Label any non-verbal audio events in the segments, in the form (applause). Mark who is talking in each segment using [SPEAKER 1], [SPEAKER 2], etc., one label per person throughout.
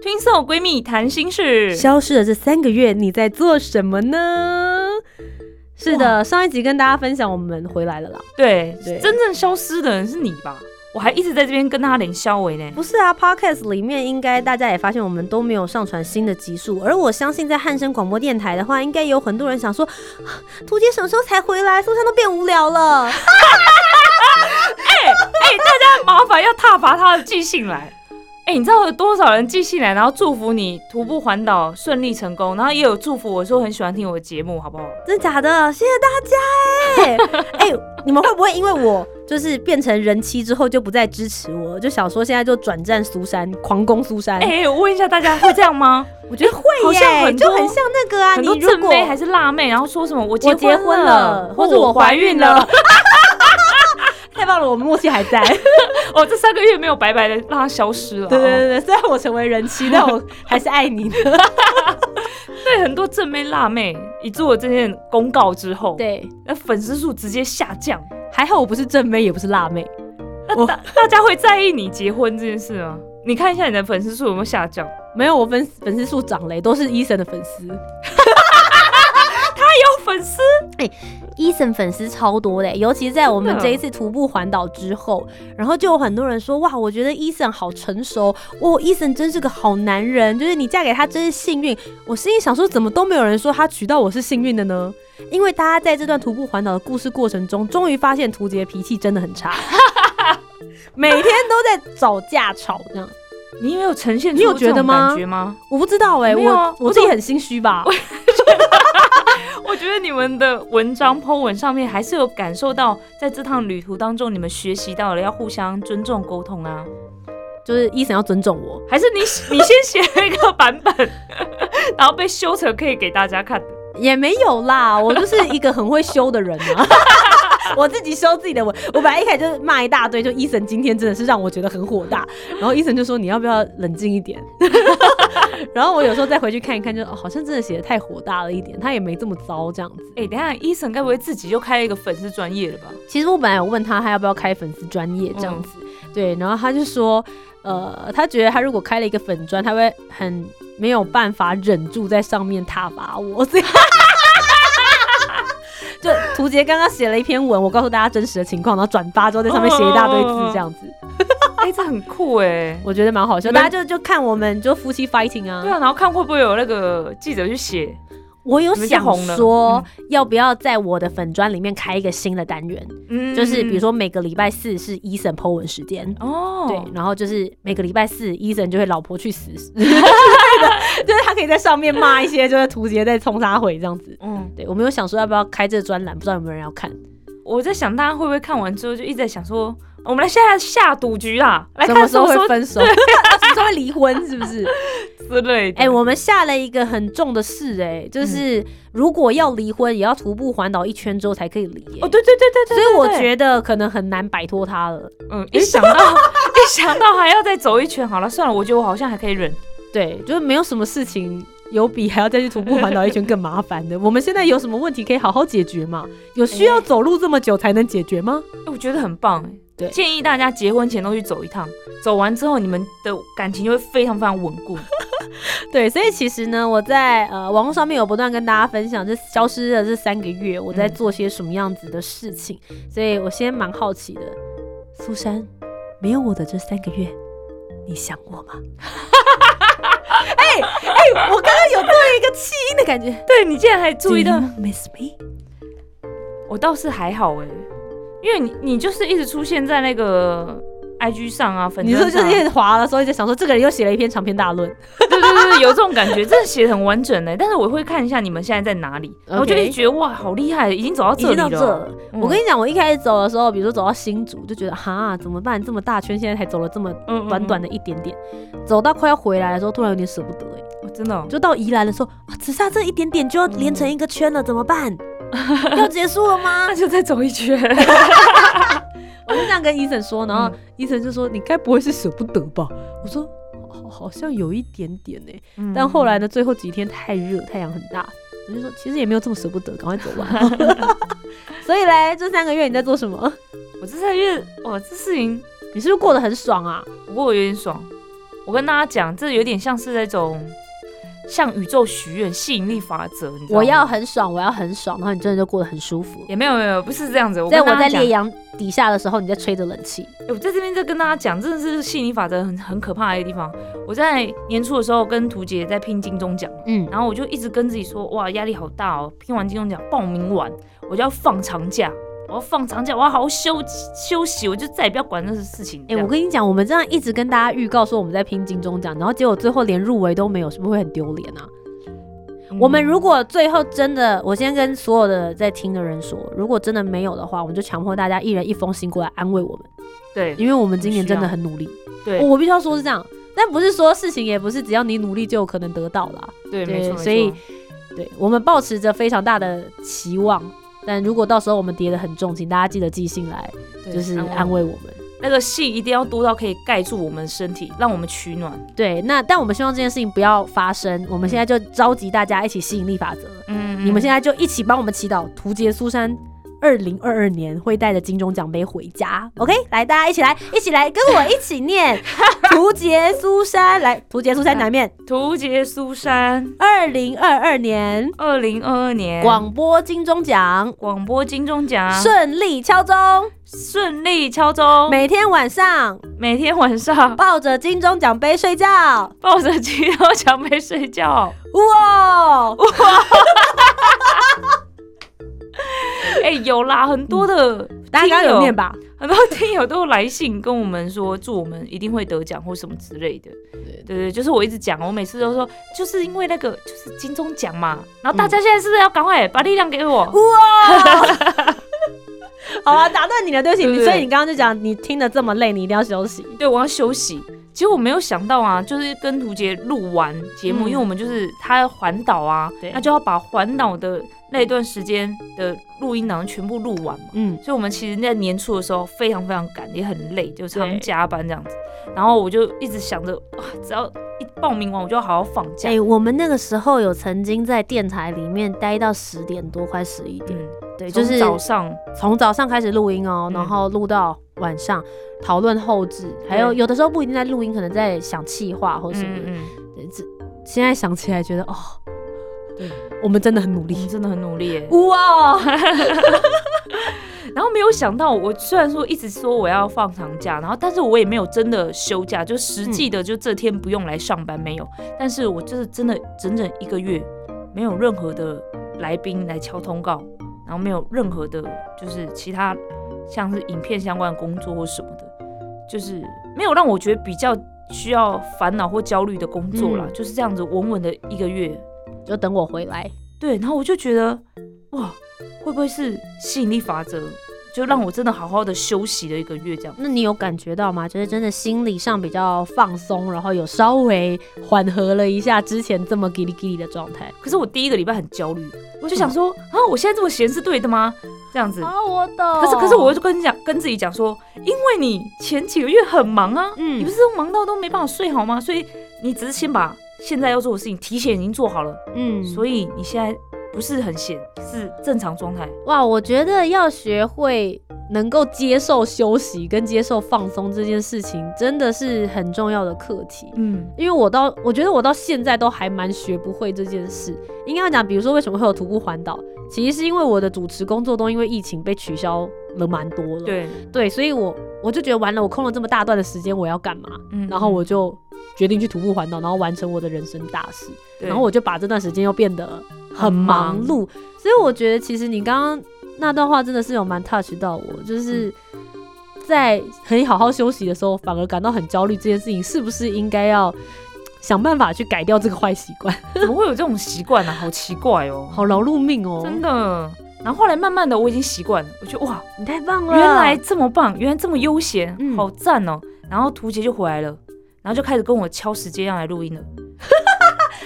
[SPEAKER 1] Twin Soul 闺蜜谈心事。
[SPEAKER 2] 消失的这三个月，你在做什么呢？是的，上一集跟大家分享我们回来了啦。
[SPEAKER 1] 对，
[SPEAKER 2] 对
[SPEAKER 1] 真正消失的人是你吧？我还一直在这边跟他连消维呢。
[SPEAKER 2] 不是啊，Podcast 里面应该大家也发现我们都没有上传新的集数，而我相信在汉声广播电台的话，应该有很多人想说，啊图姐什么时候才回来？是不是都变无聊了？
[SPEAKER 1] 但哎麻烦要踏伐他的寄信来。哎、你知道有多少人寄信来，然后祝福你徒步环岛顺利成功，然后也有祝福我说很喜欢听我的节目，好不好？
[SPEAKER 2] 真的假的？谢谢大家
[SPEAKER 1] (laughs)
[SPEAKER 2] 哎、哎、你们会不会因为我就是变成人妻之后就不再支持我？就想说现在就转战苏珊，狂攻苏珊？
[SPEAKER 1] 哎、我问一下大家，会这样吗？
[SPEAKER 2] (laughs) 我觉得会
[SPEAKER 1] 好
[SPEAKER 2] 耶，
[SPEAKER 1] 像很多
[SPEAKER 2] 就很像那个啊，
[SPEAKER 1] 很
[SPEAKER 2] 你
[SPEAKER 1] 多
[SPEAKER 2] 如
[SPEAKER 1] 正
[SPEAKER 2] 果
[SPEAKER 1] 妹还是辣妹，然后说什么我结
[SPEAKER 2] 我结婚了，
[SPEAKER 1] 或
[SPEAKER 2] 或
[SPEAKER 1] 者
[SPEAKER 2] 者
[SPEAKER 1] 我
[SPEAKER 2] 我
[SPEAKER 1] 怀
[SPEAKER 2] 怀
[SPEAKER 1] 孕
[SPEAKER 2] 孕
[SPEAKER 1] 了 (laughs)
[SPEAKER 2] 了，。太棒了，我们默契还在。
[SPEAKER 1] 哦，这三个月没有白白的让它消失了。
[SPEAKER 2] 对对对对，虽然我成为人妻，但我还是
[SPEAKER 1] (laughs)
[SPEAKER 2] 爱你的。
[SPEAKER 1] 对很多正妹辣妹一做了这件公告之后，，
[SPEAKER 2] 对，
[SPEAKER 1] 那粉丝数直接下降。
[SPEAKER 2] 还好我不是正妹，也不是辣妹。我
[SPEAKER 1] 大家会在意你结婚这件事吗？你看一下你的粉丝数有没有下降？
[SPEAKER 2] 没有我粉粉丝数涨嘞，都是医生的粉丝。
[SPEAKER 1] 有粉丝
[SPEAKER 2] Eason 粉丝超多嘞，尤其在我们
[SPEAKER 1] 真的
[SPEAKER 2] 这一次徒步环岛之后，然后就有很多人说哇，我觉得 Eason 好成熟，哇，Eason 真是个好男人，就是你嫁给他真是幸运。我心里想说，怎么都没有人说他娶到我是幸运的呢？因为大家在这段徒步环岛的故事过程中，终于发现图杰脾气真的
[SPEAKER 1] (laughs)
[SPEAKER 2] 很差，每天都在找架吵这样。
[SPEAKER 1] 你有没有呈现出
[SPEAKER 2] 你有觉
[SPEAKER 1] 这
[SPEAKER 2] 得
[SPEAKER 1] 种
[SPEAKER 2] 吗
[SPEAKER 1] 感觉吗？
[SPEAKER 2] 我不知道哎、
[SPEAKER 1] 没有啊
[SPEAKER 2] 我
[SPEAKER 1] 我
[SPEAKER 2] 我自己
[SPEAKER 1] 懂
[SPEAKER 2] 很心虚吧？
[SPEAKER 1] 我觉得你们的文章 po 文上面还是有感受到，在这趟旅途当中，你们学习到了要互相尊重沟通啊。
[SPEAKER 2] 就是 Eason 要尊重我，
[SPEAKER 1] (laughs) 还是你你先写了一个版本， (laughs) 然后被修成可以给大家看的。
[SPEAKER 2] 也没有啦， (laughs) 我就是一个很会修的人啊。 (laughs) 我自己修自己的文，我本来一开始就是骂一大堆，就伊森今天真的是让我觉得很火大，然后伊森就说你要不要冷静一点， (laughs) 然后我有时候再回去看一看就，哦好像真的写的太火大了一点，他也没这么糟这样子。
[SPEAKER 1] 哎、等一下，伊森该不会自己就开了一个粉丝专业了吧？
[SPEAKER 2] 其实我本来有问他他要不要开粉丝专
[SPEAKER 1] 嗯
[SPEAKER 2] 业这样子，对，然后他就说，呃，他觉得他如果开了一个粉专，他会很没有办法忍住在上面挞伐我， (laughs) 所以就图杰刚刚写了一篇文，我告诉大家真实的情况，然后转发之后在上面写一大堆字这样子，
[SPEAKER 1] (laughs) 哎、这很酷哎、
[SPEAKER 2] 我觉得蛮好笑，
[SPEAKER 1] 你们
[SPEAKER 2] 大家就就看我们就夫妻 fighting
[SPEAKER 1] 对啊，然后看会不会有那个记者去写，
[SPEAKER 2] 我有
[SPEAKER 1] 你们就
[SPEAKER 2] 想
[SPEAKER 1] 红了
[SPEAKER 2] 说要不要在我的粉专里面开一个新的单元，
[SPEAKER 1] 嗯
[SPEAKER 2] 就是比如说每个礼拜四是 Eason Po 文时间，
[SPEAKER 1] 哦，
[SPEAKER 2] 对，然后就是每个礼拜四，医生就会老婆去 (laughs) 死之类的，就是他可以在上面骂一些，就是图杰在冲他回这样子。
[SPEAKER 1] 嗯，
[SPEAKER 2] 对，我们有想说要不要开这个专栏，不知道有没有人要看。
[SPEAKER 1] 我在想大家会不会看完之后就一直在想说，我们来现在下赌局啦，来
[SPEAKER 2] 什
[SPEAKER 1] 看
[SPEAKER 2] 么时候
[SPEAKER 1] 什
[SPEAKER 2] 会
[SPEAKER 1] 么
[SPEAKER 2] 分手？什么时候会离婚？是不 (laughs) 是？
[SPEAKER 1] 之类的。
[SPEAKER 2] 哎、我们下了一个很重的事、哎，就是如果要离婚，也要徒步环岛一圈之后才可以离、哎
[SPEAKER 1] 哦，对对对对对
[SPEAKER 2] 所以我
[SPEAKER 1] 对
[SPEAKER 2] 觉得可能很难摆脱他了。
[SPEAKER 1] 嗯，一想到
[SPEAKER 2] (laughs)
[SPEAKER 1] 一想到还要再走一圈，好了，算了，我觉得我好像还可以忍。
[SPEAKER 2] 对，就是没有什么事情有比还要再去徒步环岛一圈更麻烦的。我们现在有什么问题可以好好解决吗？有需要走路这么久才能解决吗？
[SPEAKER 1] 哎我觉得很棒哎，
[SPEAKER 2] 对
[SPEAKER 1] 建议大家结婚前都去走一趟，走完之后你们的感情就会非常非常稳
[SPEAKER 2] (laughs)
[SPEAKER 1] 固。
[SPEAKER 2] 对，所以其实呢，我在呃网络上面有不断跟大家分享，这消失的这三个月我在
[SPEAKER 1] 嗯
[SPEAKER 2] 做些什么样子的事情，所以我现在蛮好奇的，苏珊，没有我的这三个月，你想我吗？ (laughs) 哎哎、我刚刚有做一个气音的感觉，
[SPEAKER 1] 对你竟然还注意到
[SPEAKER 2] Do，you miss me？
[SPEAKER 1] 我倒是还好哎，因为你你就是一直出现在那个 IG 上啊，粉
[SPEAKER 2] 你
[SPEAKER 1] 丝
[SPEAKER 2] 说就是
[SPEAKER 1] 上
[SPEAKER 2] 因为滑了，所以就想说这个人又写了一篇长篇大论。
[SPEAKER 1] 对对对，对有这种感觉，真的写的很完整欸呢。但是我会看一下你们现在在哪里，然后
[SPEAKER 2] OK
[SPEAKER 1] 就会觉得哇，好厉害，已经走到这
[SPEAKER 2] 已经
[SPEAKER 1] 里
[SPEAKER 2] 到
[SPEAKER 1] 了。
[SPEAKER 2] 这哦了，
[SPEAKER 1] 嗯
[SPEAKER 2] 我跟你讲，我一开始走的时候，比如说走到新竹，就觉得哈怎么办？这么大圈，现在才走了这么
[SPEAKER 1] 嗯嗯
[SPEAKER 2] 短短的一点点，走到快要回来的时候，突然有点舍不得哎、
[SPEAKER 1] 嗯真的哦
[SPEAKER 2] 就到宜兰的时候，啊，只剩下这一点点就要连成一个圈了，怎么 (laughs) 办？要结束了吗
[SPEAKER 1] 那？就再走一圈。
[SPEAKER 2] 我就这样跟医生说，然后
[SPEAKER 1] 嗯
[SPEAKER 2] 医生就说：“你该不会是舍不得吧？”我说：“好，好像有一点点呢、 (laughs) 但后
[SPEAKER 1] 嗯
[SPEAKER 2] 来呢，最后几天太热，太阳很大，我就说其实也没有这么舍不得，赶快走 (laughs) 完。所以嘞，这三个月你在做什么？
[SPEAKER 1] 嗯我这才是哇，这事情
[SPEAKER 2] 你是不是过得很爽啊？
[SPEAKER 1] 不过我有点爽。我跟大家讲，这有点像是那种向宇宙许愿、吸引力法则，你知道吗
[SPEAKER 2] 我要很爽，我要很爽，然后你真的就过得很舒服。
[SPEAKER 1] 也没有没有没有，不是这样子。我
[SPEAKER 2] 在
[SPEAKER 1] 跟
[SPEAKER 2] 我
[SPEAKER 1] 大
[SPEAKER 2] 在
[SPEAKER 1] 家讲
[SPEAKER 2] 烈，阳底下的时候，你在吹着冷气，
[SPEAKER 1] 哎我在这边再跟大家讲，真的是吸引力法则很很可怕的一个地方。我在年初的时候跟图姐在拼金钟奖，
[SPEAKER 2] 嗯，
[SPEAKER 1] 然后我就一直跟自己说，哇，压力好大哦！拼完金钟奖，报名完，我就要放长假，我要放长假，我要好好休休息，我就再也不要管那些事情。
[SPEAKER 2] 哎、
[SPEAKER 1] 这样
[SPEAKER 2] 我跟你讲，我们这样一直跟大家预告说我们在拼金钟奖，然后结果最后连入围都没有，是不是会很丢脸啊？
[SPEAKER 1] 嗯
[SPEAKER 2] 我们如果最后真的，我先跟所有的在听的人说，如果真的没有的话，我们就强迫大家一人一封信过来安慰我们，
[SPEAKER 1] 对
[SPEAKER 2] 因为我们今年真的很努力。哦
[SPEAKER 1] 对
[SPEAKER 2] 我我必须要说是这样，但不是说事情也不是只要你努力就有可能得到啦。
[SPEAKER 1] 对
[SPEAKER 2] 对
[SPEAKER 1] 没错，
[SPEAKER 2] 所以
[SPEAKER 1] 没错
[SPEAKER 2] 对我们抱持着非常大的期望，但如果到时候我们跌得很重，请大家记得寄信来，
[SPEAKER 1] 对
[SPEAKER 2] 就是
[SPEAKER 1] 安慰
[SPEAKER 2] 安慰我们。
[SPEAKER 1] 那个戏一定要多到可以盖住我们的身体，让我们取暖。
[SPEAKER 2] 对，那但我们希望这件事情不要发生，我们现在就召集大家一起吸引力法则，
[SPEAKER 1] 嗯
[SPEAKER 2] 你们现在就一起帮我们祈祷，图杰苏珊。二零二二年会带着金钟奖杯回家，OK？来，大家一起来，一起来，跟我一起念 (laughs) 图杰苏珊，来，图杰苏珊南面，
[SPEAKER 1] 在图杰苏珊，
[SPEAKER 2] 二零二二年
[SPEAKER 1] 二零二二年
[SPEAKER 2] 广播金钟奖
[SPEAKER 1] 广播金钟奖
[SPEAKER 2] 顺利敲钟，
[SPEAKER 1] 顺利敲钟，每
[SPEAKER 2] 每天晚上
[SPEAKER 1] 每天晚上
[SPEAKER 2] 抱着金钟奖杯睡觉，
[SPEAKER 1] 抱着金 (laughs) 钟奖杯睡觉。
[SPEAKER 2] 哇！哦
[SPEAKER 1] 哦哎、有啦，很多的
[SPEAKER 2] 嗯大家刚刚有念
[SPEAKER 1] 吧？
[SPEAKER 2] 吧？
[SPEAKER 1] 很多听友都来信跟我们说，祝我们一定会得奖或什么之类的。对对对，就是我一直讲，我每次都说，就是因为那个就是金钟奖嘛。然后大家现在是不是要赶快把力量给我？
[SPEAKER 2] 哦哇！好啊，打断你了，对不起。
[SPEAKER 1] 哦对不对
[SPEAKER 2] 所以你刚刚就讲，你听得这么累，你一定要休息。
[SPEAKER 1] 对，我要休息。结果我没有想到啊，就是跟涂杰录完节目，
[SPEAKER 2] 嗯
[SPEAKER 1] 因为我们就是他环岛啊
[SPEAKER 2] 对，
[SPEAKER 1] 那就要把环岛的那段时间的录音档全部录完嘛。
[SPEAKER 2] 嗯，
[SPEAKER 1] 所以我们其实，在年初的时候非常非常赶，也很累，就常加班这样子。然后我就一直想着，哇，只要一报名完，我就要好好放假。
[SPEAKER 2] 哎、我们那个时候有曾经在电台里面待到十点多，快十一点。
[SPEAKER 1] 嗯，
[SPEAKER 2] 对，就
[SPEAKER 1] 从
[SPEAKER 2] 是
[SPEAKER 1] 早上，
[SPEAKER 2] 从早上开始录音哦、
[SPEAKER 1] 嗯
[SPEAKER 2] 然后录到晚上，讨论后置，还有有的时候不一定在录音，可能在想气话或什么
[SPEAKER 1] 嗯
[SPEAKER 2] 的。
[SPEAKER 1] 嗯，
[SPEAKER 2] 对这现在想起来觉得哦，
[SPEAKER 1] 对，
[SPEAKER 2] 我们真的很努
[SPEAKER 1] 我们
[SPEAKER 2] 力。
[SPEAKER 1] 真的很努力耶。
[SPEAKER 2] 哇！
[SPEAKER 1] 然后没有想到，我虽然说一直说我要放长假，然后但是我也没有真的休假，就实际的就这天不用来上班没有，但是我就是真的整整一个月没有任何的来宾来敲通告，然后没有任何的就是其他像是影片相关的工作或什么的，就是没有让我觉得比较需要烦恼或焦虑的工作啦，
[SPEAKER 2] 嗯
[SPEAKER 1] 就是这样子稳稳的一个月，
[SPEAKER 2] (laughs) 就等我回来。
[SPEAKER 1] 对，然后我就觉得，哇，会不会是吸引力法则，就让我真的好好的休息了一个月这样？
[SPEAKER 2] 那你有感觉到吗？就是真的心理上比较放松，然后有稍微缓和了一下之前这么叽里叽里的状态。
[SPEAKER 1] 可是我第一个礼拜很焦虑，我就
[SPEAKER 2] 什
[SPEAKER 1] 想
[SPEAKER 2] 么
[SPEAKER 1] 说，啊，我现在这么闲是对的吗？这样子。
[SPEAKER 2] 啊，我懂。
[SPEAKER 1] 可是可是我就跟你讲，跟自己讲说，因为你前几个月很忙啊，
[SPEAKER 2] 嗯
[SPEAKER 1] 你不是忙到都没办法睡好吗？所以你只是先把现在要做的事情提前已经做好了，
[SPEAKER 2] 嗯
[SPEAKER 1] 所以你现在不是很闲，是正常状态。
[SPEAKER 2] 哇，我觉得要学会能够接受休息跟接受放松这件事情，真的是很重要的课题。
[SPEAKER 1] 嗯，
[SPEAKER 2] 因为我到，我觉得我到现在都还蛮学不会这件事。应该要讲，比如说为什么会有徒步环岛，其实是因为我的主持工作都因为疫情被取消了蛮多了。
[SPEAKER 1] 对，
[SPEAKER 2] 对，所以我我就觉得完了，我空了这么大段的时间，我要干嘛？
[SPEAKER 1] 嗯
[SPEAKER 2] 然后我就决定去徒步环岛，然后完成我的人生大事。
[SPEAKER 1] 对
[SPEAKER 2] 然后我就把这段时间又变得很忙
[SPEAKER 1] 很忙
[SPEAKER 2] 碌，嗯所以我觉得其实你刚刚那段话真的是有蛮 touch 到我，就是在可以好好休息的时候，反而感到很焦虑，这件事情是不是应该要想办法去改掉这个坏习惯？
[SPEAKER 1] 怎么会有这种习惯呢？好奇怪哦，
[SPEAKER 2] (laughs) 好劳碌命哦，
[SPEAKER 1] 真的。然后后来慢慢的我已经习惯了，我觉得哇，
[SPEAKER 3] 你太棒了！
[SPEAKER 1] 原来这么棒，原来这么悠闲，
[SPEAKER 2] 嗯
[SPEAKER 1] 好赞哦。然后图杰就回来了，然后就开始跟我敲时间要来录音了。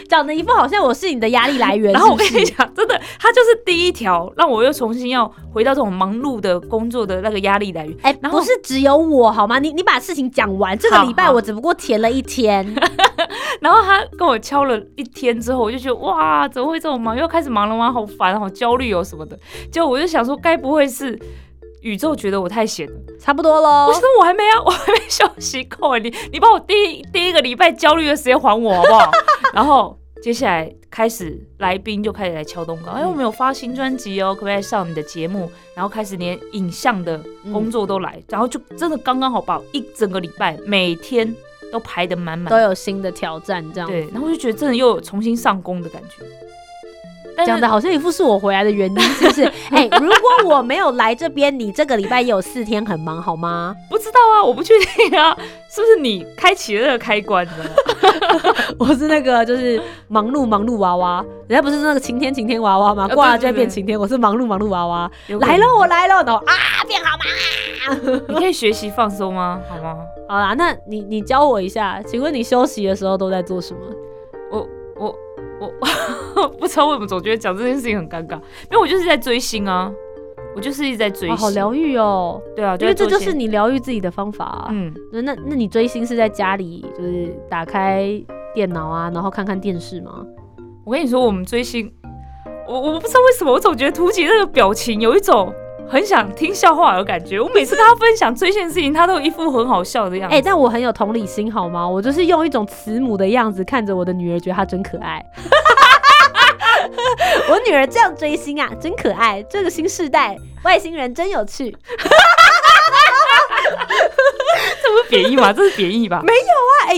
[SPEAKER 2] 讲的一副好像我是你的压力来源。
[SPEAKER 1] 然后我跟
[SPEAKER 2] 是
[SPEAKER 1] (laughs)
[SPEAKER 2] 不是
[SPEAKER 1] 你讲，真的，他就是第一条让我又重新要回到这种忙碌的工作的那个压力来源。
[SPEAKER 2] (laughs)
[SPEAKER 1] (laughs)
[SPEAKER 2] 哎、
[SPEAKER 1] 然后
[SPEAKER 2] 不是只有我好吗？你你把事情讲完，这个
[SPEAKER 1] 好
[SPEAKER 2] 礼拜
[SPEAKER 1] 好
[SPEAKER 2] 我只不过填了一天， (laughs)
[SPEAKER 1] 然后他跟我敲了一天之后，我就觉得哇，怎么会这么忙？又开始忙了吗？好烦，好焦虑哦什么的。结果我就想说，该不会是宇宙觉得我太闲了？
[SPEAKER 2] 差不多喽
[SPEAKER 1] 我。说我还没 (laughs) 啊，我还没休息够，你你把我第一第一个礼拜焦虑的时间还我好不好？然后接下来开始来宾就开始来敲东稿，哎，我们有发新专辑哦，可不可以来上你的节目？然后开始连影像的工作都来，然后就真的刚刚好把一整个礼拜每天都排得满满
[SPEAKER 2] 都。有新的挑战，这样
[SPEAKER 1] 对，然后我就觉得真的又有重新上工的感觉。但
[SPEAKER 2] 讲
[SPEAKER 1] 是
[SPEAKER 2] 的好像一副是我回来的 (laughs) 原因，是不是？哎、如果我没有来这边，你这个礼拜也有四天很忙，好吗？
[SPEAKER 1] 不知道啊，我不确定啊，是不是你开启了那个开关？你知道吗？
[SPEAKER 2] 我是那个就是忙碌忙碌娃娃，人家不是那个晴天晴天娃娃吗？
[SPEAKER 1] 呃
[SPEAKER 2] 挂了
[SPEAKER 1] 对
[SPEAKER 2] 就会
[SPEAKER 1] 对
[SPEAKER 2] 变
[SPEAKER 1] 对
[SPEAKER 2] 晴天，我是忙碌忙碌娃娃。
[SPEAKER 1] 有可能
[SPEAKER 2] 来了，我来了，然后啊，变好吗？
[SPEAKER 1] 你可以学习放松吗？好吗？
[SPEAKER 2] 好啦，那你你教我一下，请问你休息的时候都在做什么？
[SPEAKER 1] 我我我 (laughs) 不知道为什么总觉得讲这件事情很尴尬，因为我就是在追星啊，我就是一直在追
[SPEAKER 2] 哇，
[SPEAKER 1] 星，
[SPEAKER 2] 好疗愈哦，
[SPEAKER 1] 对啊，
[SPEAKER 2] 因为这
[SPEAKER 1] 在做一
[SPEAKER 2] 就
[SPEAKER 1] 些
[SPEAKER 2] 是你疗愈自己的方法、啊。
[SPEAKER 1] 嗯，
[SPEAKER 2] 那那那你追星是在家里，就是打开电脑啊，然后看看电视吗？
[SPEAKER 1] 我跟你说，我们追星，我我不知道为什么，我总觉得图姐那个表情有一种很想听笑话的感觉。我每次跟她分享追星的事情，她都有一副很好笑的样子。
[SPEAKER 2] 哎、但我很有同理心好吗？我就是用一种慈母的样子看着我的女儿，觉得她真可爱。 (laughs) 我女儿这样追星啊，真可爱！这个新世代外星人真有趣。啊
[SPEAKER 1] 这不是贬义吗？这是贬义吧？
[SPEAKER 2] 哎、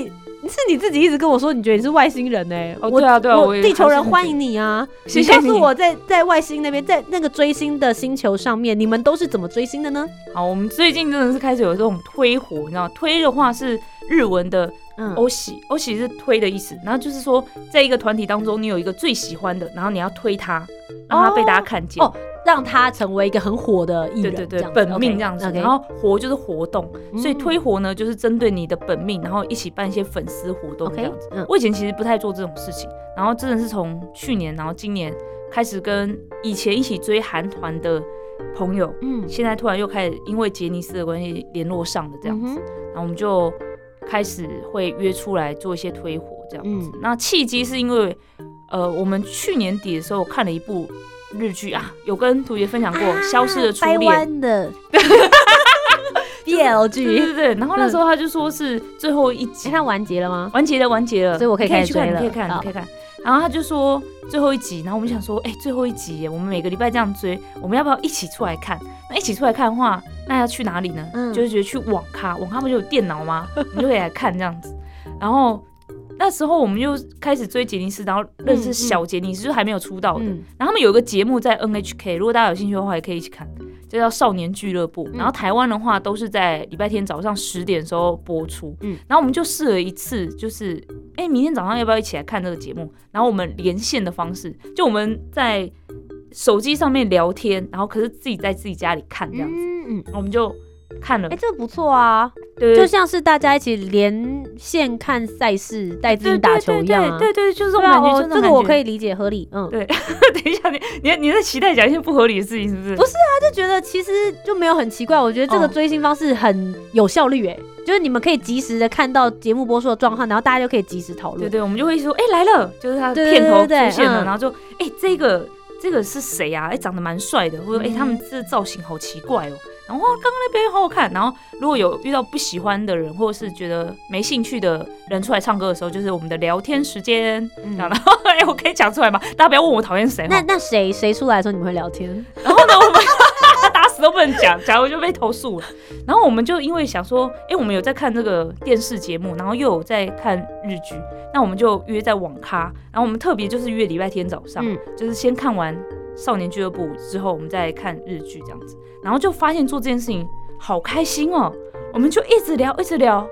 [SPEAKER 2] 是你自己一直跟我说，你觉得你是外星人呢、
[SPEAKER 1] 哦，
[SPEAKER 2] 我
[SPEAKER 1] 对啊，对啊，我
[SPEAKER 2] 我
[SPEAKER 1] 也
[SPEAKER 2] 地球人
[SPEAKER 1] 好像
[SPEAKER 2] 欢迎你啊！
[SPEAKER 1] 谢
[SPEAKER 2] 你
[SPEAKER 1] 谢
[SPEAKER 2] 告
[SPEAKER 1] 你
[SPEAKER 2] 诉我在在外星那边，在那个追星的星球上面，你们都是怎么追星的呢？
[SPEAKER 1] 好，我们最近真的是开始有这种推火，你知道吗，推的话是日文的
[SPEAKER 2] 嗯，
[SPEAKER 1] 欧喜，欧喜是推的意思。然后就是说，在一个团体当中，你有一个最喜欢的，然后你要推他，让他被大家看见。
[SPEAKER 2] 哦让他成为一个很火的艺
[SPEAKER 1] 对
[SPEAKER 2] 人，
[SPEAKER 1] 对
[SPEAKER 2] 这
[SPEAKER 1] 对
[SPEAKER 2] 样，子
[SPEAKER 1] 本命这样子
[SPEAKER 2] OK，OK
[SPEAKER 1] 然后活就是活动，
[SPEAKER 2] 嗯
[SPEAKER 1] 所以推活呢就是针对你的本命，然后一起办一些粉丝活动这
[SPEAKER 2] OK，
[SPEAKER 1] 样子。
[SPEAKER 2] 嗯，
[SPEAKER 1] 我以前其实不太做这种事情，然后真的是从去年，然后今年开始跟以前一起追韩团的朋友，
[SPEAKER 2] 嗯，
[SPEAKER 1] 现在突然又开始因为杰尼斯的关系联络上了这样子。
[SPEAKER 2] 嗯哼
[SPEAKER 1] 然后我们就开始会约出来做一些推火这样子。
[SPEAKER 2] 嗯
[SPEAKER 1] 那契机是因为，呃，我们去年底的时候看了一部日剧啊，有跟图杰分享过《消失的初
[SPEAKER 2] 掰
[SPEAKER 1] 恋》。(laughs)
[SPEAKER 2] 弯的 BL
[SPEAKER 1] 对对
[SPEAKER 2] 剧，
[SPEAKER 1] 对对，然后那时候他就说是最后一集
[SPEAKER 2] 你，看完结了吗？
[SPEAKER 1] 哎完结了，完结了，
[SPEAKER 2] 所以我可以
[SPEAKER 1] 你可
[SPEAKER 2] 开
[SPEAKER 1] 以
[SPEAKER 2] 始
[SPEAKER 1] 去看，
[SPEAKER 2] 追
[SPEAKER 1] 你
[SPEAKER 2] 了
[SPEAKER 1] 可以看，
[SPEAKER 2] 好
[SPEAKER 1] 你可以看。然后他就说最后一集，然后我们就想说，哎、最后一集耶，我们每个礼拜这样追，我们要不要一起出来看？那一起出来看的话，那要去哪里呢？
[SPEAKER 2] 嗯
[SPEAKER 1] 就是觉得去网咖，网咖不就有电脑
[SPEAKER 2] (laughs)
[SPEAKER 1] 吗？我们就可以来看这样子。然后那时候我们就开始追杰尼斯，然后认识小杰尼斯，就还没有出道的。
[SPEAKER 2] 嗯
[SPEAKER 1] 然后他们有一个节目在 NHK，如果大家有兴趣的话，也可以一起看，这叫《少年俱乐部》。
[SPEAKER 2] 嗯
[SPEAKER 1] 然后台湾的话都是在礼拜天早上十点的时候播出。
[SPEAKER 2] 嗯
[SPEAKER 1] 然后我们就试了一次，就是哎、诶明天早上要不要一起来看这个节目？然后我们连线的方式，就我们在手机上面聊天，然后可是自己在自己家里看这样子，
[SPEAKER 2] 嗯嗯，
[SPEAKER 1] 然后我们就看了
[SPEAKER 2] 哎，。这个不错啊，
[SPEAKER 1] 对
[SPEAKER 2] 就
[SPEAKER 1] 对
[SPEAKER 2] 像是大家一起连线看赛事、带资
[SPEAKER 1] 对
[SPEAKER 2] 打球
[SPEAKER 1] 对
[SPEAKER 2] 一
[SPEAKER 1] 对
[SPEAKER 2] 样啊。
[SPEAKER 1] 对对对，就是这
[SPEAKER 2] 对
[SPEAKER 1] 种
[SPEAKER 2] 啊，
[SPEAKER 1] 感觉，
[SPEAKER 2] 哦
[SPEAKER 1] 就
[SPEAKER 2] 这个我可 (laughs)
[SPEAKER 1] 以。
[SPEAKER 2] 以理解合理，嗯，
[SPEAKER 1] 等一下，你你你在期待讲一些不合理的事情是不是？
[SPEAKER 2] 不就觉得其实就没有很奇怪，我觉得这个
[SPEAKER 1] 哦
[SPEAKER 2] 追星方式很有效率，哎，就是你们可以及时的看到节目播出的状况，然后大家就可以及时讨
[SPEAKER 1] 对
[SPEAKER 2] 论。
[SPEAKER 1] 对，我们就会说，哎、来了，就是他的
[SPEAKER 2] 对对
[SPEAKER 1] 片头
[SPEAKER 2] 对对
[SPEAKER 1] 出现了，
[SPEAKER 2] 嗯
[SPEAKER 1] 然后就，哎、这个这个是谁啊？哎、长得蛮帅的，或者哎、他
[SPEAKER 2] 嗯
[SPEAKER 1] 们这造型好奇怪哦。然后哇刚刚那边好好看。然后如果有遇到不喜欢的人，或者是觉得没兴趣的人出来唱歌的时候，就是我们的聊天时间。
[SPEAKER 2] 嗯
[SPEAKER 1] 这样然后 (laughs) 哎、我可以讲出来吗？大家不要问我讨厌谁
[SPEAKER 2] 那
[SPEAKER 1] 哈。
[SPEAKER 2] 那谁谁出来的时候你们会聊天？
[SPEAKER 1] 然后呢，我们打死都不能讲，讲我就被投诉了。然后我们就因为想说，哎、我们有在看这个电视节目，然后又有在看日剧，那我们就约在网咖，然后我们特别就是约礼拜天早上，
[SPEAKER 2] 嗯
[SPEAKER 1] 就是先看完《少年俱乐部》之后，我们再看日剧这样子，然后就发现做这件事情好开心哦，我们就一直聊一直聊，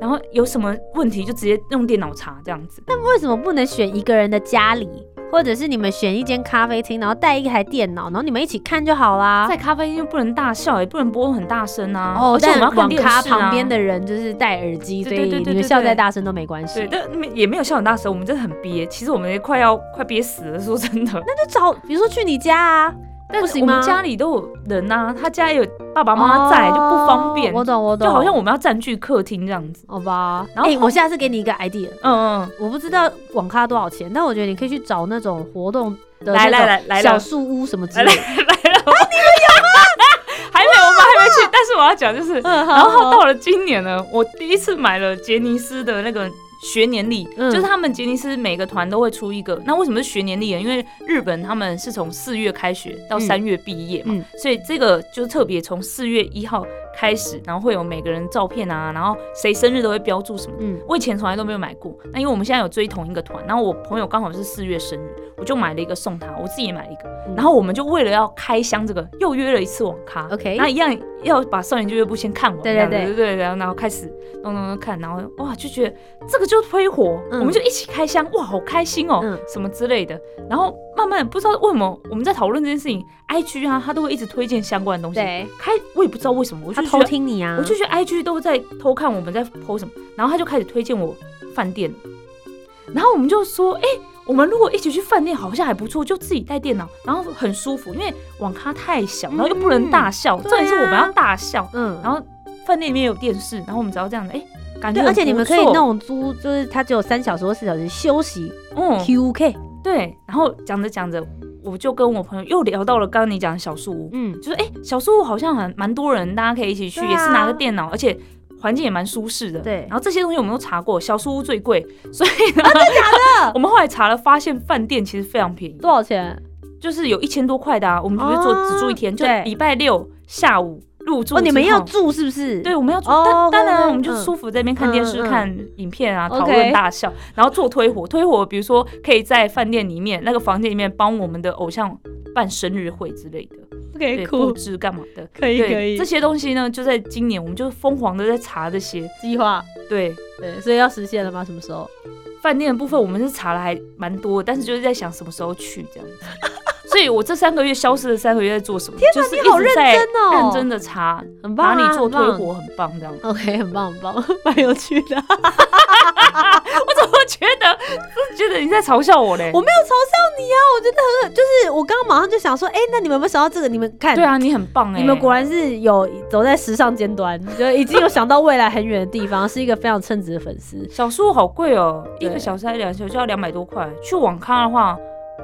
[SPEAKER 1] 然后有什么问题就直接用电脑查这样子。
[SPEAKER 2] 为什么不能选一个人的家里，或者是你们选一间咖啡厅，然后带一台电脑，然后你们一起看就好啦
[SPEAKER 1] 在。咖啡厅就不能大笑，也不能播很大声啊。
[SPEAKER 2] 哦
[SPEAKER 1] 而，且我
[SPEAKER 2] 但
[SPEAKER 1] 们要看
[SPEAKER 2] 网
[SPEAKER 1] 电视
[SPEAKER 2] 咖
[SPEAKER 1] 啊。
[SPEAKER 2] 旁边的人就是戴耳机，所
[SPEAKER 1] 对对
[SPEAKER 2] 以
[SPEAKER 1] 对
[SPEAKER 2] 你
[SPEAKER 1] 对
[SPEAKER 2] 们
[SPEAKER 1] 对
[SPEAKER 2] 笑
[SPEAKER 1] 对
[SPEAKER 2] 再大声都没关系。
[SPEAKER 1] 对，但没也没有笑很大声，我们真的很憋。其实我们也快要快憋死了，说真的。
[SPEAKER 2] 就找，比如说去你家啊，
[SPEAKER 1] 但
[SPEAKER 2] 不
[SPEAKER 1] 是
[SPEAKER 2] 行
[SPEAKER 1] 我们
[SPEAKER 2] 吗
[SPEAKER 1] 家里都有人呐、啊，他家也有爸爸妈妈在，就不方便
[SPEAKER 2] 哦。我懂，我懂，
[SPEAKER 1] 就好像我们要占据客厅这样子。
[SPEAKER 2] 好吧。
[SPEAKER 1] 然后
[SPEAKER 2] 哎，我下次给你一个 idea，
[SPEAKER 1] 嗯嗯，
[SPEAKER 2] 我不知道网咖多少钱，但我觉得你可以去找那种活动的
[SPEAKER 1] 来来
[SPEAKER 2] 嗯那
[SPEAKER 1] 来
[SPEAKER 2] 种
[SPEAKER 1] 来了
[SPEAKER 2] 小树屋什么之
[SPEAKER 1] 来
[SPEAKER 2] 类
[SPEAKER 1] 来
[SPEAKER 2] 的。
[SPEAKER 1] 来了，你们有吗？还没，我们还没
[SPEAKER 2] (laughs)
[SPEAKER 1] 去。但是我要讲就是，
[SPEAKER 2] 嗯，
[SPEAKER 1] 然
[SPEAKER 2] (laughs) 然
[SPEAKER 1] 后到了今年呢，我第一次买了杰尼斯的那个学年历，
[SPEAKER 2] 嗯
[SPEAKER 1] 就是他们杰尼斯每个团都会出一个。那为什么是学年历呢？因为日本他们是从四月开学到
[SPEAKER 2] 嗯
[SPEAKER 1] 三月毕业嘛，
[SPEAKER 2] 嗯
[SPEAKER 1] 所以这个就是特别从四月一号开始，然后会有每个人照片啊，然后谁生日都会标注什么。
[SPEAKER 2] 嗯
[SPEAKER 1] 我以前从来都没有买过，那因为我们现在有追同一个团，然后我朋友刚好是四月生日，我就买了一个送他，我自己也买了一个，
[SPEAKER 2] 嗯
[SPEAKER 1] 然后我们就为了要开箱这个，又约了一次网咖。
[SPEAKER 2] ，OK，
[SPEAKER 1] 那一样要把《少年俱乐部》先看完，
[SPEAKER 2] 对
[SPEAKER 1] 这样子
[SPEAKER 2] 对
[SPEAKER 1] 对对，然后然后开始咚咚咚看，然后哇就觉得这个就推火，
[SPEAKER 2] 嗯
[SPEAKER 1] 我们就一起开箱，哇好开心哦，
[SPEAKER 2] 嗯
[SPEAKER 1] 什么之类的。然后慢慢不知道为什么我们在讨论这件事情，IG 啊他都会一直推荐相关的东西，
[SPEAKER 2] 对，
[SPEAKER 1] 开我也不知道为什么，我
[SPEAKER 2] 他
[SPEAKER 1] 就
[SPEAKER 2] 偷
[SPEAKER 1] 觉得，
[SPEAKER 2] 听你啊，
[SPEAKER 1] 我就觉得 IG 都在偷看我们在 PO 什么，然后他就开始推荐我饭店，然后我们就说哎。我们如果一起去饭店，好像还不错，就自己带电脑，然后很舒服，因为网咖太小，然后又不能大笑，重点是我们要大笑，
[SPEAKER 2] 嗯，
[SPEAKER 1] 然后饭店里面也有电视，然后我们只要这样的，哎、感觉
[SPEAKER 2] 对，而且
[SPEAKER 1] 很
[SPEAKER 2] 你们
[SPEAKER 1] 不
[SPEAKER 2] 可以
[SPEAKER 1] 错
[SPEAKER 2] 那，种租，就是它只有三小时或四小时休息
[SPEAKER 1] 嗯，
[SPEAKER 2] QK，
[SPEAKER 1] 对。然后讲着讲着，我就跟我朋友又聊到了刚刚你讲的小树屋，
[SPEAKER 2] 嗯，
[SPEAKER 1] 就是哎、小树屋好像很蛮多人，大家可以一起去，
[SPEAKER 2] 对啊
[SPEAKER 1] 也是拿个电脑，而且。环境也蛮舒适的，
[SPEAKER 2] 对
[SPEAKER 1] 然后这些东西我们都查过，小树屋最贵， (laughs) 所以
[SPEAKER 2] 啊
[SPEAKER 1] 呢，真的假的？ (laughs) 我们后来查了，发现饭店其实非常便宜，
[SPEAKER 2] 多少钱？
[SPEAKER 1] 就是有一千多块的啊。我们就是做
[SPEAKER 2] 哦
[SPEAKER 1] 只住一天，就
[SPEAKER 2] 对
[SPEAKER 1] 礼拜六下午入住之后。
[SPEAKER 2] 哦，你们要住是不是？
[SPEAKER 1] 对，我们要住，
[SPEAKER 2] 哦
[SPEAKER 1] 但当
[SPEAKER 2] 会
[SPEAKER 1] 然
[SPEAKER 2] 会
[SPEAKER 1] 我们就
[SPEAKER 2] 嗯
[SPEAKER 1] 舒服在那边看电视、
[SPEAKER 2] 嗯嗯
[SPEAKER 1] 看影片啊，讨
[SPEAKER 2] OK
[SPEAKER 1] 论大笑，然后做推火。推火，比如说可以在饭店里面那个房间里面帮我们的偶像办生日会之类的，
[SPEAKER 2] ，OK，
[SPEAKER 1] 对，布置干嘛的。
[SPEAKER 2] 哎可
[SPEAKER 1] 对，这些东西呢，就在今年，我们就疯狂的在查这些。
[SPEAKER 2] 计划，
[SPEAKER 1] 对，
[SPEAKER 2] 对，所以要实现了吗？什么时候？
[SPEAKER 1] 饭店的部分我们是查了还蛮多的，但是就是在想什么时候去这样 (laughs) 子。所以我这三个月消失的三个月在做什么？天就是
[SPEAKER 2] 你
[SPEAKER 1] 一
[SPEAKER 2] 好
[SPEAKER 1] 直在
[SPEAKER 2] 认真哦
[SPEAKER 1] 认真的查
[SPEAKER 2] 很棒
[SPEAKER 1] 哪
[SPEAKER 2] 啊，
[SPEAKER 1] 里做推
[SPEAKER 2] 很棒
[SPEAKER 1] 火很棒这样。
[SPEAKER 2] ？OK，很棒，很 (laughs) 棒，蛮有趣的。啊
[SPEAKER 1] (laughs) 我怎么觉得 (laughs) 觉得你在嘲笑我嘞？
[SPEAKER 2] 我没有嘲笑你啊，我觉得很，就是我刚刚马上就想说，哎，那你们有没有想到这个？你们看，
[SPEAKER 1] 对啊，你很棒哎、
[SPEAKER 2] 你们果然是有走在时尚尖端，就已经有想到未来很远的地方，是一个非常称职的粉丝。
[SPEAKER 1] 小树好贵哦、
[SPEAKER 2] 对
[SPEAKER 1] 一个小时还两小时就要两百多块。去网咖的话，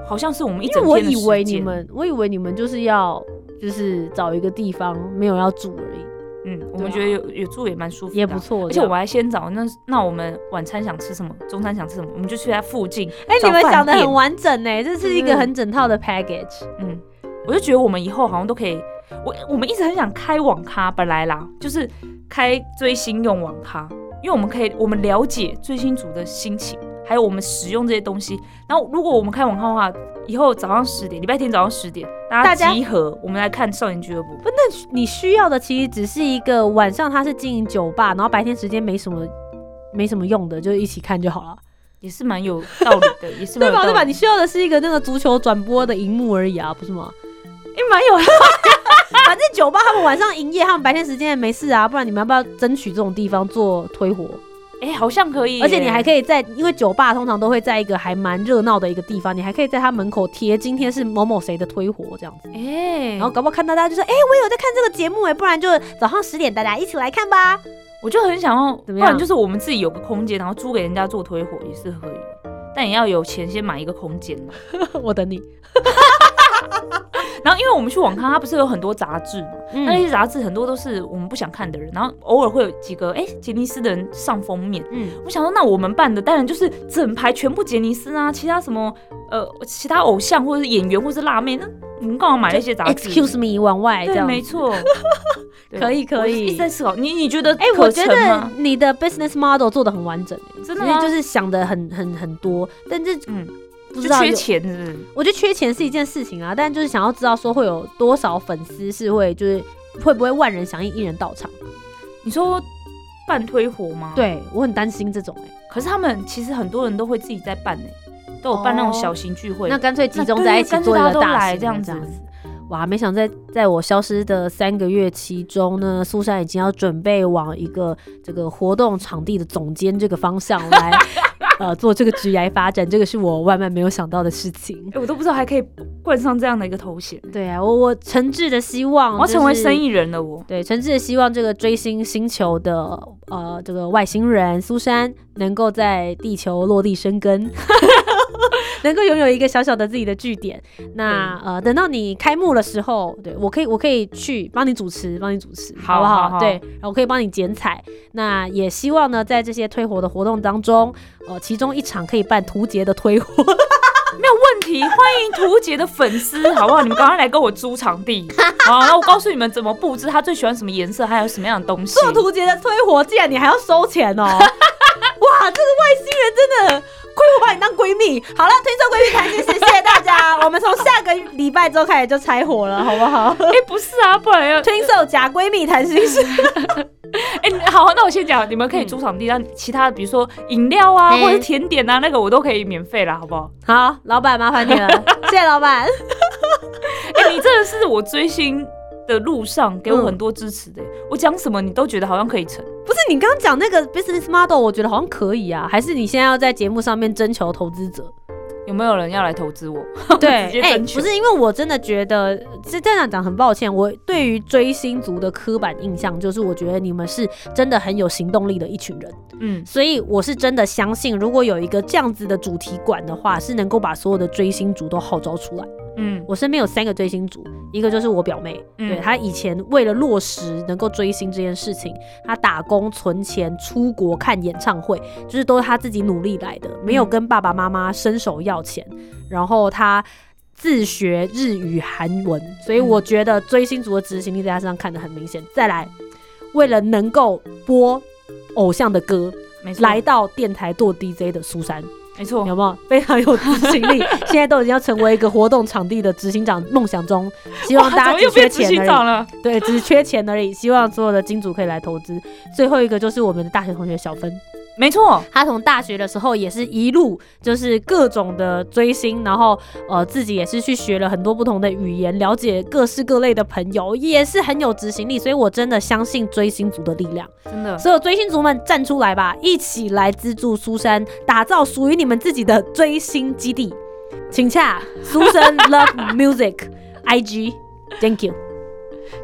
[SPEAKER 1] 好像是我们一
[SPEAKER 2] 因为
[SPEAKER 1] 整
[SPEAKER 2] 我
[SPEAKER 1] 天的时
[SPEAKER 2] 以
[SPEAKER 1] 间。
[SPEAKER 2] 为你们，我以为你们就是要就是找一个地方没有要住而已，
[SPEAKER 1] 嗯，我们觉得有有住也蛮舒服的啊，
[SPEAKER 2] 也不错。
[SPEAKER 1] 而且我还先找那那我们晚餐想吃什么，中餐想吃什么，我们就去它附近。
[SPEAKER 2] 哎、你们
[SPEAKER 1] 找饭
[SPEAKER 2] 想的很
[SPEAKER 1] 店嗯
[SPEAKER 2] 完整呢、这是一
[SPEAKER 1] 对
[SPEAKER 2] 个很整套的 package。
[SPEAKER 1] 嗯，我就觉得我们以后好像都可以，我我们一直很想开网咖，本来啦，就是开追星用网咖，因为我们可以我们了解追星族的心情，还有我们使用这些东西。然后如果我们开网咖的话，以后早上十点，礼拜天早上十点，大
[SPEAKER 2] 大
[SPEAKER 1] 家
[SPEAKER 2] 家
[SPEAKER 1] 集合，我们来看少年俱乐部。
[SPEAKER 2] 你需要的其实只是一个晚上它是经营酒吧，然后白天时间没什么没什么用的，就一起看就好了，
[SPEAKER 1] 也是蛮有道理的，也是蛮
[SPEAKER 2] 对
[SPEAKER 1] 有道
[SPEAKER 2] 吧？
[SPEAKER 1] 理
[SPEAKER 2] 对吧？你需要的是一个那个足球转播的荧幕而已啊，不
[SPEAKER 1] (laughs)
[SPEAKER 2] 是吗？
[SPEAKER 1] 哎蛮有
[SPEAKER 2] (laughs) 反正酒吧他们晚上营业，他们白天时间也没事啊，不然你们要不要争取这种地方做推火？
[SPEAKER 1] 哎、好像可以，
[SPEAKER 2] 而且你还可
[SPEAKER 1] 以。
[SPEAKER 2] 以在，因为酒吧通常都会在一个还蛮热闹的一个地方，你还可以在他门口贴今天是某某谁的推火这样子，
[SPEAKER 1] 哎、
[SPEAKER 2] 然后搞不好看到大家就说，哎、我有在看这个节目哎，不然就早上十点大家一起来看吧。
[SPEAKER 1] (laughs) 我就很想要，不
[SPEAKER 2] 怎么样
[SPEAKER 1] 然就是我们自己有个空间，然后租给人家做推火也是可以的，但也要有钱先买一个空间嘛。
[SPEAKER 2] 我等你。
[SPEAKER 1] 然后因为我们去网咖，它不是有很多杂志嘛，那
[SPEAKER 2] 嗯
[SPEAKER 1] 些杂志很多都是我们不想看的人，然后偶尔会有几个哎、杰尼斯的人上封面。
[SPEAKER 2] 嗯，
[SPEAKER 1] 我想说，那我们办的当然就是整排全部杰尼斯啊，其他什么呃其他偶像或者是演员或者是辣妹，那你们干嘛买那些杂志
[SPEAKER 2] Excuse me，往外这
[SPEAKER 1] 对，
[SPEAKER 2] 样
[SPEAKER 1] 没
[SPEAKER 2] 子。 (laughs)
[SPEAKER 1] 错，对
[SPEAKER 2] 可以可以
[SPEAKER 1] 我就是一直在思考，你你觉得
[SPEAKER 2] 哎、
[SPEAKER 1] 可
[SPEAKER 2] 我觉
[SPEAKER 1] 成
[SPEAKER 2] 得
[SPEAKER 1] 吗
[SPEAKER 2] 你的 business model 做的很完整、欸，
[SPEAKER 1] 真的
[SPEAKER 2] 只
[SPEAKER 1] 吗
[SPEAKER 2] 是就是想的很很很多，但是
[SPEAKER 1] 嗯
[SPEAKER 2] 不
[SPEAKER 1] 就
[SPEAKER 2] 知道
[SPEAKER 1] 缺
[SPEAKER 2] 有
[SPEAKER 1] 钱是不是？
[SPEAKER 2] 我觉得缺钱是一件事情啊，但就是想要知道说会有多少粉丝是会就是会不会万人响应一人到场？
[SPEAKER 1] 你说半推活吗？。
[SPEAKER 2] 对我很担心这种哎、
[SPEAKER 1] 可是他们其实很多人都会自己在办呢、都有办那种小型聚会。
[SPEAKER 2] 哦那干脆集中
[SPEAKER 1] 对
[SPEAKER 2] 在一起
[SPEAKER 1] 干脆
[SPEAKER 2] 做一
[SPEAKER 1] 大
[SPEAKER 2] 个
[SPEAKER 1] 家都
[SPEAKER 2] 大
[SPEAKER 1] 来
[SPEAKER 2] 型
[SPEAKER 1] 这
[SPEAKER 2] 的
[SPEAKER 1] 样
[SPEAKER 2] 这
[SPEAKER 1] 子
[SPEAKER 2] 样子。哇，没想在在我消失的三个月期中呢，苏珊已经要准备往一个这个活动场地的总监这个方向 (laughs) 来，呃，做这个职业发展，这个是我万万没有想到的事情。
[SPEAKER 1] 哎、我都不知道还可以冠上这样的一个头衔，
[SPEAKER 2] 对啊，我我诚挚的希望、
[SPEAKER 1] 我要成为生。意人了我。
[SPEAKER 2] 对，诚挚的希望这个追星星球的呃这个外星人苏珊能够在地球落地生根， (laughs) 能够拥有一个小小的自己的据点。那呃，等到你开幕的时候，对我可以我可以去帮你主持，帮你主持，
[SPEAKER 1] 好
[SPEAKER 2] 不好？
[SPEAKER 1] 好好
[SPEAKER 2] 对，然后我可以帮你剪彩。那也希望呢，在这些推火的活动当中，呃，其中一场可以办图杰的推火。
[SPEAKER 1] 问题，欢迎图杰的粉丝，好不好？你们赶快来跟我租场
[SPEAKER 2] (laughs)
[SPEAKER 1] 地，好，然后我告诉你们怎么布置，他最喜欢什么颜色，还有什么样的东
[SPEAKER 2] (laughs)
[SPEAKER 1] 西。
[SPEAKER 2] 做图杰的推火，竟然你还要收钱 (laughs) 哦！哇，这个外星人真的，亏我把你当闺蜜。好了，推销闺蜜谈心事，谢谢大家。我们从下个礼拜之后开始就拆火了，好不好？
[SPEAKER 1] 哎、不是啊，不然要
[SPEAKER 2] 推售假闺蜜谈心事，
[SPEAKER 1] 哎、你好，那我先讲，你们可以租场地，让其他的，比如说饮料啊，
[SPEAKER 3] 嗯
[SPEAKER 1] 或者是甜点啊，那个我都可以免费啦，好不好？
[SPEAKER 2] 好，老板麻烦你了，谢谢老板。
[SPEAKER 1] 哎、你真的是我追星的路上给我
[SPEAKER 2] 嗯
[SPEAKER 1] 很多支持的，我讲什么你都觉得好像可以成。
[SPEAKER 2] 不是你刚刚讲那个 business model，我觉得好像可以啊，还是你现在要在节目上面征求投资者？
[SPEAKER 1] 有没有人要来投资我？
[SPEAKER 2] (laughs)
[SPEAKER 1] 直接
[SPEAKER 2] 哎、
[SPEAKER 1] 征求
[SPEAKER 2] 不是因为我真的觉得是这样讲，很抱歉，我对于追星族的刻板印象就是，我觉得你们是真的很有行动力的一群人，
[SPEAKER 1] 嗯，
[SPEAKER 2] 所以我是真的相信，如果有一个这样子的主题馆的话，是能够把所有的追星族都号召出来。
[SPEAKER 1] 嗯
[SPEAKER 2] 我身边有三个追星族，一个就是我表妹，
[SPEAKER 1] 嗯
[SPEAKER 2] 对她以前为了落实能够追星这件事情，她打工存钱、出国看演唱会，就是都是她自己努力来的，没有跟爸爸妈妈伸手要钱。然后她自学日语、韩文，所以我觉得追星族的执行力在她身上看得很明显。再来，为了能够播偶像的歌，
[SPEAKER 1] 没错，
[SPEAKER 2] 来，到电台做 DJ 的苏珊。
[SPEAKER 1] 没错，
[SPEAKER 2] 有没有 (laughs) 非常有执行力？现在都已经要成为一个活动场地的执行长，梦想中，希
[SPEAKER 1] (laughs)
[SPEAKER 2] 望
[SPEAKER 1] 哇怎
[SPEAKER 2] 大家
[SPEAKER 1] 么
[SPEAKER 2] 只
[SPEAKER 1] 又
[SPEAKER 2] 缺
[SPEAKER 1] 变执行
[SPEAKER 2] 钱
[SPEAKER 1] 长
[SPEAKER 2] 而已，
[SPEAKER 1] 了？
[SPEAKER 2] 对，只缺钱而已。希望所有的金主可以来投资。最后一个就是我们的大学同学小芬，
[SPEAKER 1] 没错，
[SPEAKER 2] 她从大学的时候也是一路就是各种的追星，然后呃自己也是去学了很多不同的语言，了解各式各类的朋友，也是很有执行力。所以我真的相信追星族的力量。
[SPEAKER 1] 真的，
[SPEAKER 2] 所有追星族们站出来吧，一起来资助苏珊，打造属于你们自己的追星基地。请洽苏 (laughs) 珊 Love Music (laughs) IG。Thank you。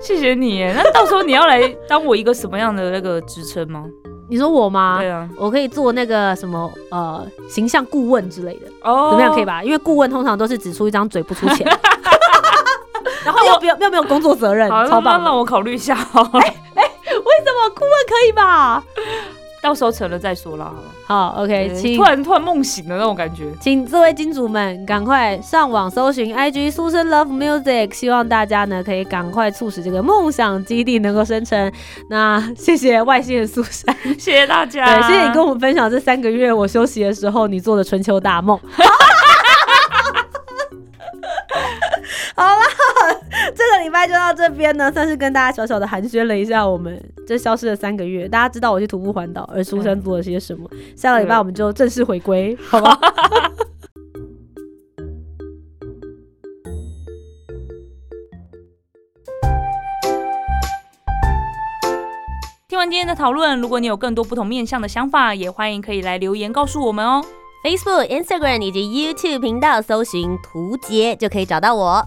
[SPEAKER 1] 谢谢你耶。那到时候你要来当我一个什么样的那个职称吗？
[SPEAKER 2] 你说我吗
[SPEAKER 1] 对？啊，
[SPEAKER 2] 我可以做那个什么呃形象顾问之类的，
[SPEAKER 1] 哦
[SPEAKER 2] 怎么样可以？吧？因为顾问通常都是只出一张嘴不出 (laughs) 钱，然后又不要又没有工作责任
[SPEAKER 1] 好，，那
[SPEAKER 2] 超
[SPEAKER 1] 那
[SPEAKER 2] 棒的。
[SPEAKER 1] 让我考虑一下哦，
[SPEAKER 2] 为什么顾问可以吧？
[SPEAKER 1] 到时候成了再说啦。好了
[SPEAKER 2] 好，OK，
[SPEAKER 1] 对
[SPEAKER 2] 请
[SPEAKER 1] 突然突然梦醒的那种感 (laughs) 觉。
[SPEAKER 2] 请各位金主们赶快上网搜寻 IG 苏生 Love Music，希望大家呢可以赶快促使这个梦想基地能够生成。那谢谢外星人苏珊，
[SPEAKER 1] 谢谢大家，
[SPEAKER 2] 对，谢谢你跟我们分享这三个月我休息的时候你做的春秋大梦。好啦， (laughs) 这个礼拜就到这边呢，算是跟大家小小的寒暄了一下我们这消失的三个月。大家知道我去徒步环岛，而苏珊做了些什么。下个礼拜我们就正式回归，嗯好不好？
[SPEAKER 1] 听完今天的讨论，如果你有更多不同面向的想法，也欢迎可以来留言告诉我们哦。
[SPEAKER 3] Facebook、Instagram 以及 YouTube 频道搜寻“图杰”就可以找到我。